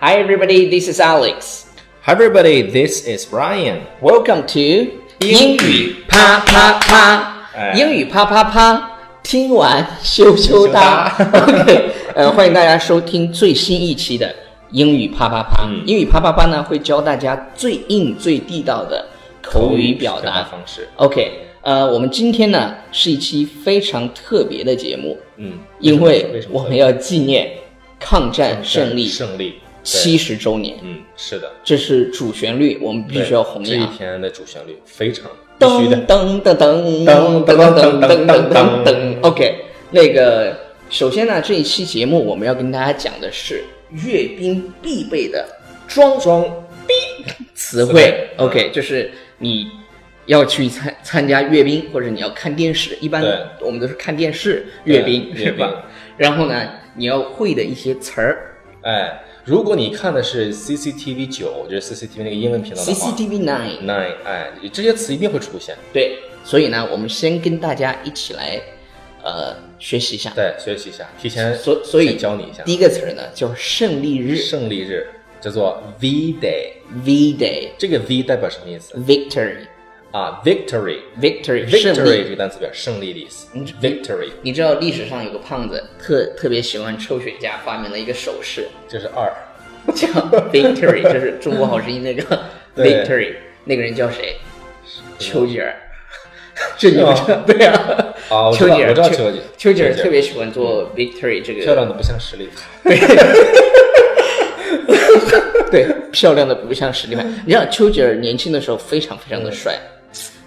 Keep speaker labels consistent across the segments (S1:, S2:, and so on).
S1: Hi, everybody. This is Alex.
S2: Hi everybody, this is Brian。
S1: Welcome to
S2: 英语
S1: 啪啪啪，
S2: 哎
S1: 英语啪啪啪。听完羞羞哒
S2: 羞 羞
S1: ，OK，呃，欢迎大家收听最新一期的英语啪啪啪。
S2: 嗯
S1: 英语啪啪啪呢，会教大家最硬、最地道的口语表达
S2: 方式，
S1: OK，呃，我们今天呢是一期非常特别的节目，
S2: 嗯，
S1: 因
S2: 为
S1: 为
S2: 什么
S1: 我们要纪念抗战胜利
S2: 胜利
S1: 七，十周年
S2: 对，嗯，是的，
S1: 这是主旋律，我们必须
S2: 对
S1: 要弘
S2: 这一
S1: 扬。
S2: 天的主旋律非常必须
S1: 噔
S2: 的，
S1: 噔噔噔噔噔噔噔噔噔噔。OK，那个首先呢，这一期节目我们要跟大家讲的是阅兵必备的
S2: 装装
S1: 词
S2: 词
S1: 汇
S2: 汇。嗯
S1: OK，就是你要去参参加阅兵，或者你要看电视，一般
S2: 对
S1: 我们都是看电视阅兵，
S2: 阅
S1: 是
S2: 兵
S1: 吧？然后呢，你要会的一些词儿
S2: 哎，如果你看的是 CCTV 九，就是 CCTV 那个英文频道的话
S1: ，CCTV Nine。
S2: nine，哎，这些词一定会出现，
S1: 对，所以呢，我们先跟大家一起来，呃，学习一下。
S2: 对，学习一下，提前
S1: 所所以
S2: 先教你一下，
S1: 第一个词儿呢叫胜利日
S2: 胜利日叫做 V Day，
S1: （V Day）、
S2: 这个 V 代表什么意思
S1: Victory、
S2: 啊？Victory。
S1: Victory 嗯胜
S2: Victory
S1: 利。嗯
S2: 这个单词表示胜利的意思。Victory
S1: 你知道历史上有个胖子特特别喜欢抽雪茄，发明了一个手 势
S2: 这是二，
S1: 叫 Victory，就是《中国好声音》那个
S2: 对
S1: Victory。那个人叫谁？丘吉尔。 这你不
S2: 是
S1: 知道？对啊。
S2: 啊，哦我
S1: 丘
S2: 知道，
S1: 吉尔，
S2: 我知道
S1: 丘
S2: 丘吉尔，
S1: 丘吉尔特别喜欢做 Victory 这个
S2: 漂亮的不像实力派。
S1: 对，漂亮的不像实力派。你知道丘吉尔年轻的时候非常非常的帅，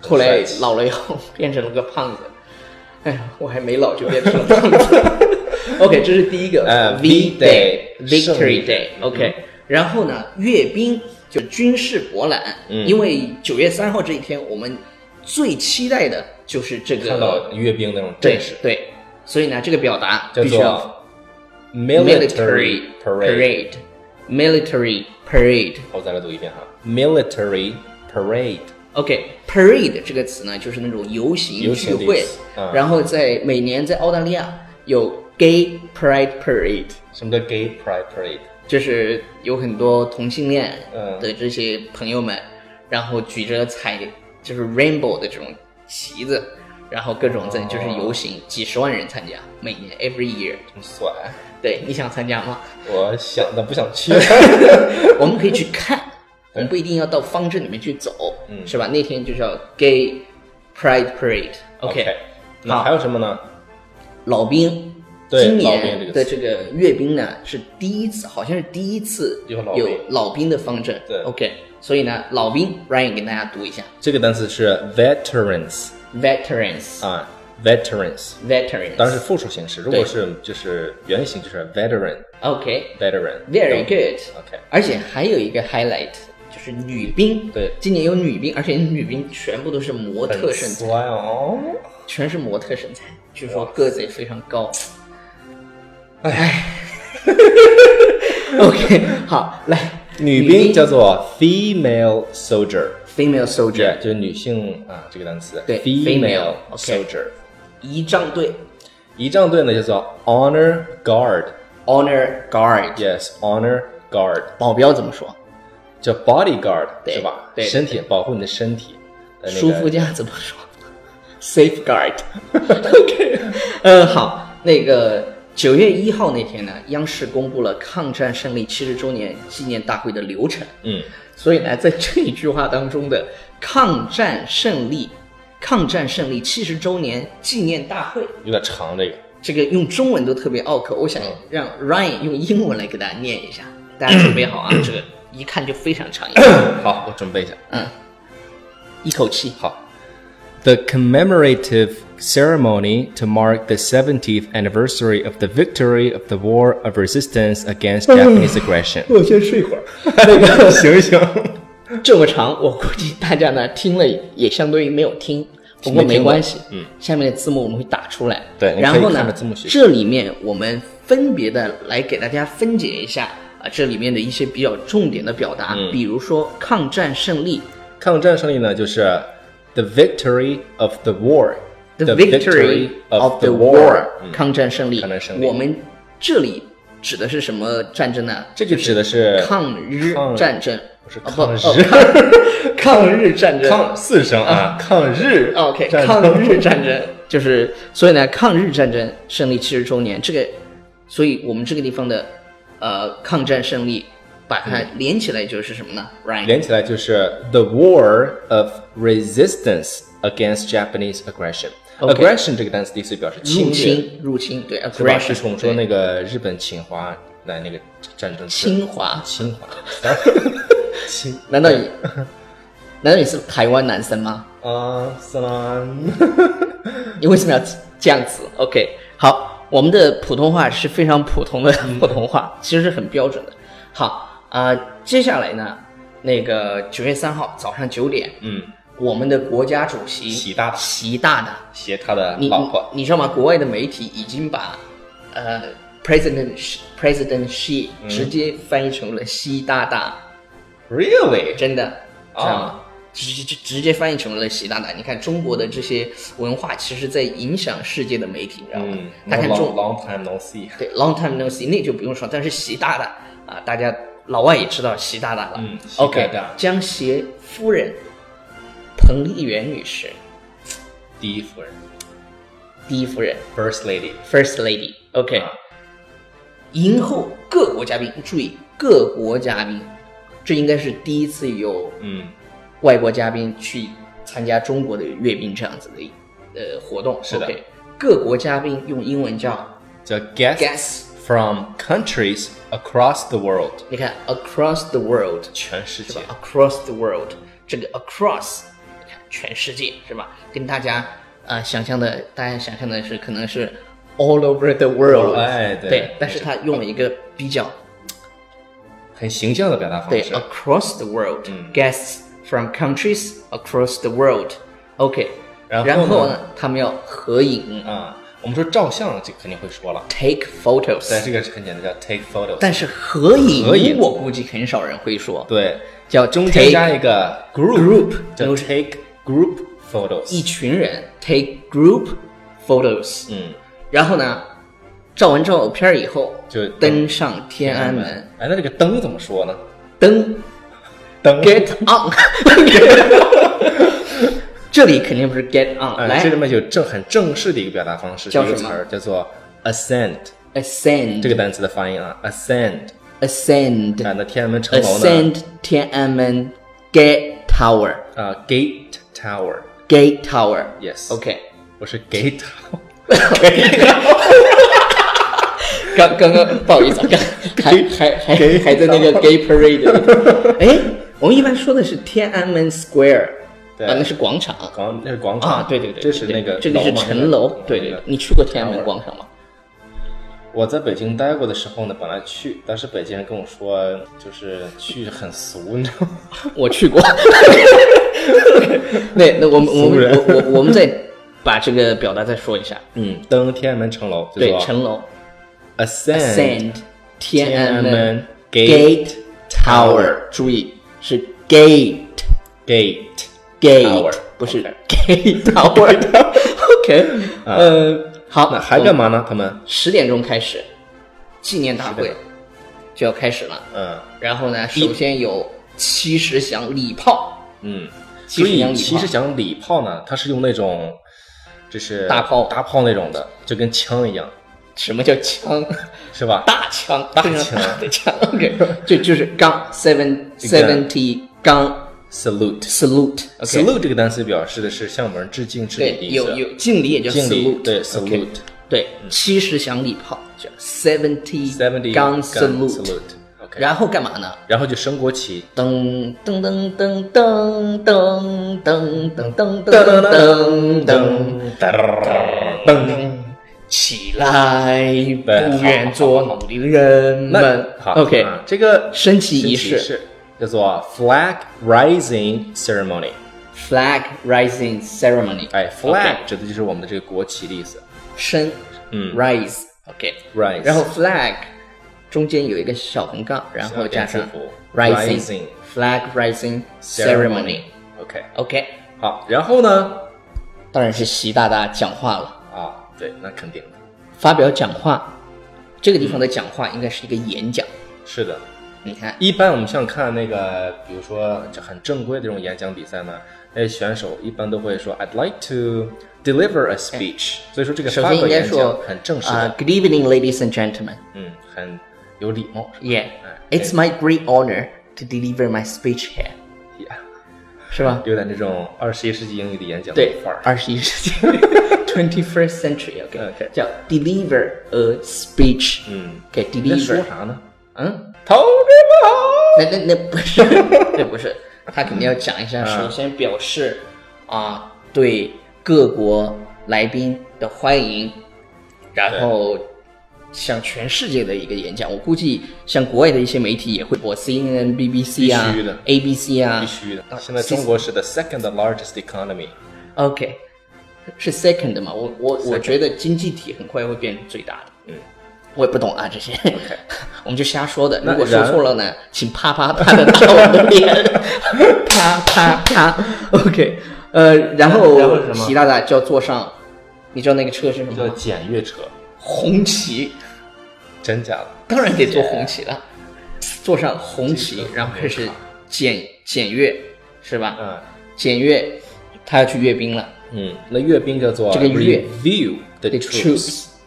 S1: 后来
S2: 帅气
S1: 老了以后变成了个胖子。 哎呀，我还没老就变成了胖子。OK，这是第一个、
S2: 呃
S1: V
S2: Day，胜利嗯
S1: Victory
S2: 日
S1: Day。OK，、然后呢，阅兵就是军事博览，
S2: 嗯
S1: 因为九月三号这一天，我们最期待的就是这
S2: 看
S1: 个
S2: 到阅兵那种
S1: 嗯对
S2: 阵势，
S1: 对，所以呢，这个表达
S2: 叫
S1: 必须要
S2: 做 military parade。哦
S1: Military Parade。
S2: 我再来读一遍哈，military parade。
S1: OK，parade、这个词呢，就是那种游行
S2: 游
S1: 聚
S2: 行的
S1: 会
S2: 意，思嗯
S1: 然后在每年在澳大利亚有 Gay Pride Parade，
S2: 什么叫 gay pride parade？
S1: 就是有很多同性恋
S2: 嗯
S1: 的这些朋友们，然后举着彩就是 rainbow 的这种旗子，然后各种在
S2: 哦
S1: 就是游行，几十万人参加，每年 every year。
S2: 真帅，
S1: 对，你想参加吗？
S2: 我想但不想去。
S1: 我们可以去看，我们不一定要到方阵里面去走，
S2: 嗯
S1: 是吧？那天就叫 Gay Pride Parade。
S2: OK，
S1: 好
S2: 那还有什么呢？
S1: 老兵，
S2: 对
S1: 今
S2: 老兵这
S1: 年
S2: 个
S1: 的这
S2: 词
S1: 个阅兵呢是第一次，好像是第一次
S2: 有老
S1: 有
S2: 兵
S1: 老兵的方阵。
S2: 对
S1: ，OK，所以呢，老兵 Ryan 跟大家读一下
S2: 这个单词是 veterans
S1: ，veterans，veterans，、
S2: 啊，veterans，当然是复数形式。如果是就是原型就是 veteran，veteran。
S1: OK，very、good。
S2: OK，
S1: 而且还有一个 highlight 就是女兵，
S2: 对
S1: 今年有女兵，而且女兵全部都是模特身材，
S2: 帅哦。
S1: 全是模特身材，据说个子也非常高。哎 ，OK，好，来，
S2: 女兵叫做 female soldier，
S1: female soldier，
S2: 对，就是女性啊这个单词。
S1: 对
S2: female
S1: female，OK
S2: soldier。
S1: 仪仗队
S2: 仪仗队呢叫做 honor guard，yes
S1: （honor guard）。
S2: honor guard，
S1: 保镖怎么说？
S2: 叫 bodyguard
S1: 对
S2: 是吧？
S1: 对
S2: 身体保护你的身体。呃那个
S1: 舒肤佳怎么说 ？safeguard。OK，嗯，好，那个九月一号那天呢，央视公布了抗战胜利七十周年纪念大会的流程。
S2: 嗯，
S1: 所以呢，在这一句话当中的抗战胜利、抗战胜利七十周年纪念大会，
S2: 有点长这个。
S1: 这个用中文都特别拗口，我
S2: 嗯
S1: 想让 Ryan 用英文来给大家念一下，大家准备好啊，
S2: 嗯
S1: 这个一看就非常长一个
S2: 好，我准备一下。
S1: 一口气。
S2: 好。The commemorative ceremony to mark the 70th anniversary of the victory of the War of Resistance against Japanese aggression.
S1: 我先睡会儿。
S2: 那个，醒醒。
S1: 这么长，我估计大家呢听了也相当于没有听，不过
S2: 没听
S1: 没
S2: 懂
S1: 关系，
S2: 嗯，
S1: 下面的字幕我们会打出来，
S2: 对你可以
S1: 然后
S2: 看
S1: 呢
S2: 着字幕，学习
S1: 这里面我们分别的来给大家分解一下啊，这里面的一些比较重点的表达，
S2: 嗯
S1: 比如说抗战胜利
S2: 抗战胜利呢，就是 the victory of the war。
S1: ，the victory
S2: of the
S1: war，
S2: war，嗯
S1: 抗战胜利，
S2: 抗战胜利
S1: 我们这里指的是什么战争呢？
S2: 这就指的是
S1: 抗日
S2: 抗
S1: 战争，
S2: 不是
S1: 啊不
S2: 抗日
S1: 哦抗 抗日战争，哦
S2: 抗四声啊，抗日
S1: OK，
S2: 战争
S1: 抗日战争就是，所以呢，抗日战争胜利七十周年，这个，所以我们这个地方的，呃，抗战胜利，把它连起来就是什么呢？Right，
S2: 连起来就是 The War of Resistance Against Japanese Aggression。
S1: OK
S2: Aggression 这个单词的意思表示
S1: 入
S2: 侵略，
S1: 侵，入侵，对
S2: 是吧？
S1: ，aggression，
S2: 是从说那个日本侵华来那个战争词
S1: 侵华，
S2: 侵华 侵
S1: 难道你， 难道你是台湾男生吗？
S2: 啊斯兰
S1: 嗯你为什么要这样子？OK，好，我们的普通话是非常普通的
S2: 嗯
S1: 普通话，其实是很标准的。好啊、呃接下来呢，那个九月三号早上九点，
S2: 嗯，
S1: 我们的国家主席
S2: 习大大
S1: 习大大，
S2: 携他的
S1: 你
S2: 老婆
S1: 你你知道吗？国外的媒体已经把呃 President Xi- President Xi
S2: 嗯
S1: 直接翻译成了习大大，
S2: ，Really？
S1: 真的，
S2: 啊
S1: 知道吗？直直直接翻译成了习大大。你看中国的这些文化，其实在影响世界的媒体，你知道吗
S2: 嗯？
S1: 大家
S2: long
S1: 中
S2: long time no see。
S1: 对 long time no see 那就不用说，但是习大大啊，大家老外也知道习大大了。
S2: 嗯习大
S1: OK，
S2: 大
S1: 江协夫人彭丽媛女士，
S2: 第一夫人
S1: 第一夫人
S2: ，First Lady。
S1: First Lady。OK，、
S2: 啊
S1: 迎后各国嘉宾，注意各国嘉宾，这应该是第一次有
S2: 嗯，
S1: 外国嘉宾去参加中国的阅兵这样子的呃活动。
S2: 是的
S1: o k 各国嘉宾用英文叫
S2: 叫 Guests
S1: guest。
S2: from countries across the world，
S1: 你看 across the world，
S2: 全世
S1: 是
S2: 界
S1: 吧。Across the world，这个 across，你看全世界是吧？跟大家呃想象的，大家想象的是可能是 all over the world，
S2: 哎对哦
S1: 对但是他用了一个比较
S2: 很形象的表达方
S1: 对
S2: 式。
S1: across the
S2: 嗯
S1: world，guests、from countries across the world，OK，、
S2: 然后呢
S1: 然后呢，他们要合影
S2: 啊、我们说照相这肯定会说了，
S1: take
S2: 但
S1: photos，
S2: 这个是很简单，叫 take photos。
S1: 但是合影
S2: 合影
S1: 我估计很少人会说，
S2: 对，
S1: 叫
S2: 中间
S1: take
S2: 加一个 group，,
S1: group，
S2: 叫 take group photos。
S1: 一群人 take group photos，
S2: 嗯，
S1: 然后呢，照完照片儿以后
S2: 就
S1: 登上天安门，
S2: 哎，那这个灯怎么说呢？
S1: 登
S2: 灯
S1: get on，这里肯定不是 get on，、
S2: 哎这里
S1: 来
S2: 面有正很正式的一个表达方式，
S1: 叫
S2: 有一个
S1: 什
S2: 词
S1: 么
S2: 儿叫做 ascend，
S1: ascend
S2: 这个单词的发音啊，ascend。
S1: ascend、
S2: 啊，那天安门城楼呢？
S1: ascend 天安门 gate tower
S2: 啊，gate tower，yes，
S1: gate tower。OK，
S2: 不是 gate tower。
S1: 刚刚刚不好意思，啊，刚 还还还还在那个 gay parade 里。 哎，我们一般说的是天安门 square，
S2: 对
S1: 啊，那是广场。
S2: 广那是广场
S1: 啊，对对对，
S2: 这是
S1: 对
S2: 那个
S1: 这个是
S2: 楼嘛
S1: 城楼，对对，
S2: 那
S1: 对
S2: 个
S1: 你去过天安门广场吗？
S2: 我在北京待过的时候呢，本来去，但是北京人跟我说，就是去很俗，你知道吗？
S1: 我去过。 那那我们我
S2: 俗
S1: 们
S2: 人
S1: 我我我们再把这个表达再说一下，
S2: 嗯，登天安门城楼，叫
S1: 对，
S2: 做
S1: 城楼
S2: ascend
S1: send 天安门
S2: gate
S1: tower，注意是 gate
S2: gate
S1: gate，
S2: Tower，
S1: 不是 gate tower。OK，呃，好，
S2: 啊那还
S1: 我
S2: 干嘛呢？他们，
S1: 十点钟开始纪念大
S2: 10
S1: 会
S2: 点
S1: 就要开始了。
S2: 嗯
S1: 然后呢，首先有七十响礼炮，
S2: 嗯，
S1: 其
S2: 所
S1: 实讲
S2: 以
S1: 礼炮
S2: 其实讲礼炮呢，它是用那种就是
S1: 大炮
S2: 大炮那种的，就跟枪一样，
S1: 什么叫枪？
S2: 是吧？
S1: 大枪，
S2: 大
S1: 非常
S2: 枪
S1: 大的枪。OK，就就是钢 seven
S2: 这个
S1: seventy 钢
S2: salute。
S1: salute。OK，
S2: salute 这个单词表示的是向某人致敬、致礼的
S1: 对，
S2: 意思。
S1: 有有敬礼也叫
S2: 敬礼
S1: salute，，
S2: 对
S1: OK，
S2: salute。
S1: 对，七十响礼炮叫
S2: seventy
S1: seventy 钢 salute。
S2: OK，然
S1: 然后干嘛呢？
S2: 然后就升国旗，
S1: 噔噔噔噔噔噔噔噔噔噔噔噔，
S2: 噔噔噔，
S1: 起来，
S2: 对
S1: 不愿做奴隶的人们
S2: 那。好
S1: OK，
S2: 啊这个
S1: 升旗
S2: 升
S1: 仪
S2: 旗
S1: 式
S2: 式叫做 flag rising ceremony。
S1: ，flag rising ceremony，
S2: 哎，flag 指的就是我们的这个国旗的意思。
S1: 升，
S2: 嗯
S1: ，rise。OK，
S2: ，rise，
S1: 然后 flag 中间有一个小横杠，然后加上
S2: 字符
S1: rising
S2: rising
S1: flag rising ceremony
S2: ceremony。。OK，
S1: OK，
S2: 好，然后呢？
S1: 当然是习大大讲话了，
S2: 啊，对，那肯定的。
S1: 发表讲话，这个地方的讲话应该是一个演讲。
S2: 是的，
S1: 你看，
S2: 一般我们像看那个，比如说就很正规的这种演讲比赛呢，那些选手一般都会说 I'd like to deliver a speech，所以说这个
S1: 首
S2: 发
S1: 先
S2: 表
S1: 应该
S2: 演讲
S1: 说
S2: 很正式
S1: 啊
S2: 的，
S1: ，Good evening, ladies and gentlemen.
S2: 嗯，很有礼貌。
S1: Yeah,
S2: 哎
S1: it's my great honor to deliver my speech here. 是吧？
S2: 有点这种二十一世纪英语的演讲
S1: 对
S2: 范儿，。
S1: 二十一 世纪，twenty first century，OK，、
S2: OK
S1: 叫 deliver a speech，
S2: 嗯
S1: 给
S2: 你在说
S1: deliver，
S2: 啥呢？
S1: 嗯，
S2: 同
S1: 那
S2: 志
S1: 那那不是， 那不是，他肯定要讲一
S2: 嗯
S1: 下，首先表示啊对各国来宾的欢迎，然后向全世界的一个演讲。我估计像国外的一些媒体也会播 CNN、BBC 啊
S2: 必须的、
S1: ABC
S2: 们，
S1: 啊
S2: 必须的。现在中国是 the second largest economy，
S1: ，OK，是 second 嘛？我我我
S2: Second
S1: 觉得经济体很快会变成最大的。
S2: 嗯，
S1: 我也不懂啊这些
S2: OK
S1: 我们就瞎说的。
S2: 那
S1: 如果说
S2: 然
S1: 错了呢，请啪啪啪的打我的 脸，啪啪啪。OK，呃，然后
S2: 然后是什么
S1: 习大大就要坐上，你知道那个车是什么
S2: 叫
S1: 吗？
S2: 检阅车，
S1: 红旗，
S2: 真假的？
S1: 当然得坐红旗了，坐上红旗
S2: 这，个
S1: 然后开始检检阅，是吧？
S2: 嗯
S1: 检阅，他要去阅兵了。
S2: 嗯，那阅兵叫做
S1: 这个阅
S2: review the
S1: The
S2: troops。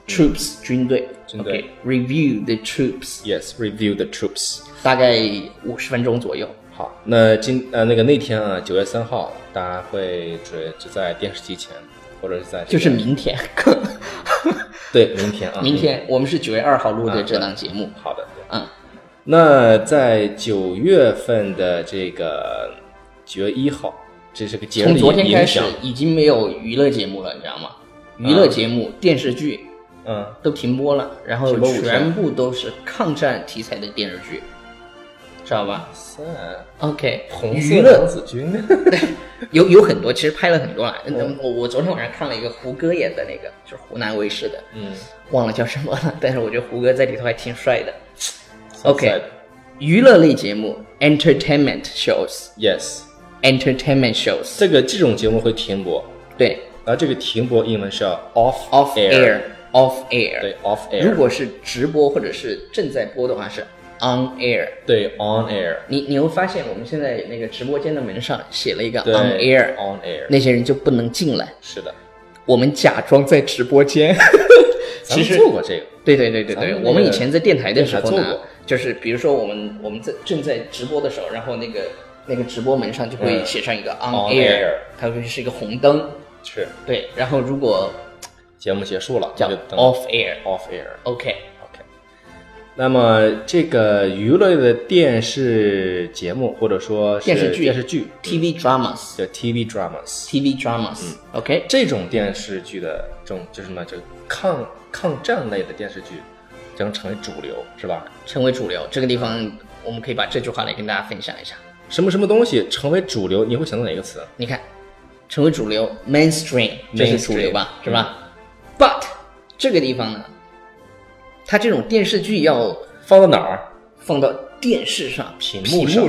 S1: troops, troops 军队
S2: 军队
S1: OK, review the troops，
S2: Yes, review the troops。
S1: 大概五十分钟左右。
S2: 好，那今呃那个那天啊，九月三号，大家会只只在电视机前，或者是在这
S1: 就
S2: 个
S1: 是明 天，
S2: 对明天啊，
S1: 明天我们是九月二号录的
S2: 啊
S1: 这档节目，
S2: 好的。对
S1: 嗯，
S2: 那在九月份的这个九月一号，这是个节日
S1: 从昨天开
S2: 影
S1: 始
S2: 响，
S1: 已经没有娱乐节目了，你知道吗？娱乐节目、电视剧
S2: 嗯，
S1: 都停播了，然后
S2: 停播五天
S1: 全部都是抗战题材的电视剧，知道吧
S2: 三
S1: ？OK，
S2: 红色
S1: 娱
S2: 娘
S1: 乐
S2: 子军，
S1: 有有很多，其实拍了很多了。嗯我我昨天晚上看了一个胡歌演的那个，就是湖南卫视的，
S2: 嗯
S1: 忘了叫什么了， 但是我觉得胡歌在里头还挺帅的。
S2: Sunset
S1: OK，娱乐类节目 entertainment shows
S2: ，Yes，
S1: entertainment shows，
S2: 这个这种节目会停播，
S1: 对
S2: 然后这个停播英文是要 off
S1: off
S2: air，
S1: air off air。
S2: 对 off
S1: 如
S2: air，
S1: 果是直播或者是正在播的话是 on air。
S2: 对 on air，
S1: 你你会发现我们现在那个直播间的门上写了一个
S2: 对
S1: on air，
S2: on air，
S1: 那些人就不能进来。
S2: 是的，
S1: 我们假装在直播 间。
S2: 咱
S1: 其
S2: 们
S1: 实
S2: 做过这个，
S1: 对对对对
S2: 咱们
S1: 对，
S2: 那个
S1: 我们以前在电台的时候
S2: 电台
S1: 呢
S2: 做过，
S1: 就是比如说我们我们在正在直播的时候，然后那个那个直播门上就会
S2: 嗯
S1: 写上一个 on
S2: on
S1: air，、
S2: air
S1: 它会是一个红灯，
S2: 是
S1: 对。然后如果
S2: 节目结束了，
S1: 叫
S2: 就等
S1: off air，OK，、
S2: off air。OK，那么这个娱乐的电视节目或者说是
S1: 电视剧
S2: 电视剧嗯
S1: TV dramas，TV
S2: 叫 TV dramas，嗯
S1: dramas，OK，、
S2: 这种电视剧的这种就是呢，就抗抗战类的电视剧将成为主流，是吧？
S1: 成为主流。这个地方我们可以把这句话来跟大家分享一下。
S2: 什么什么东西成为主流，你会想到哪个词？
S1: 你看，成为主流 mainstream，这是主流吧，
S2: Mainstream，嗯
S1: 是吧、b u t 这个地方呢，它这种电视剧要
S2: 放到哪儿？
S1: 放到电视上、
S2: 屏幕
S1: 幕
S2: 上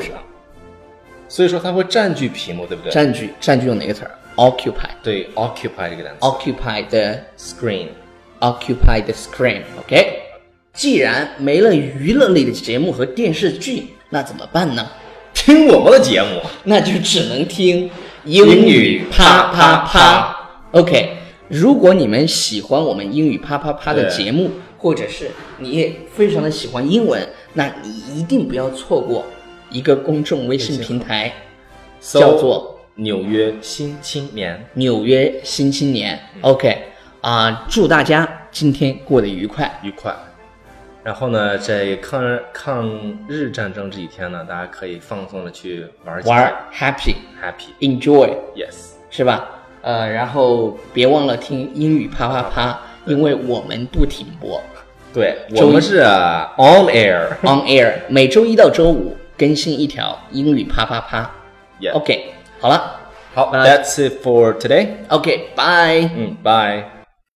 S2: 所以说它会占据屏幕，对不对？
S1: 占据占据用哪个词儿？occupy，occupy
S2: 对，occupy 这个单词
S1: the
S2: ，screen。
S1: occupy the screen，OK？、既然没了娱乐类的节目和电视剧，那怎么办呢？
S2: 听我们的节目，
S1: 那就只能听
S2: 英
S1: 英
S2: 语
S1: 语
S2: 啪
S1: 啪
S2: 啪
S1: 啪
S2: 啪
S1: 啪。OK，如果你们喜欢我们英语啪啪啪的
S2: 对
S1: 节目，或者是你也非常的喜欢英文，那你一定不要错过一个公众微信平台，
S2: 搜
S1: 叫做
S2: 纽约新青年。
S1: 《纽约新青年》。OK，啊、祝大家今天过得愉快。
S2: 愉快。然后呢，在抗日抗日战争这几天呢，大家可以放松的去玩儿几
S1: 玩
S2: 天
S1: 儿 happy
S2: happy
S1: enjoy
S2: yes
S1: 是吧？呃，然后别忘了听英语啪啪啪，因为我们不停播。
S2: 对。
S1: 周一
S2: 我们是啊 on air
S1: On Air，每周一到周五更新一条英语啪啪啪。
S2: yeah
S1: OK，好了
S2: 好，that's it for today。
S1: ，OK，拜。
S2: 嗯，bye。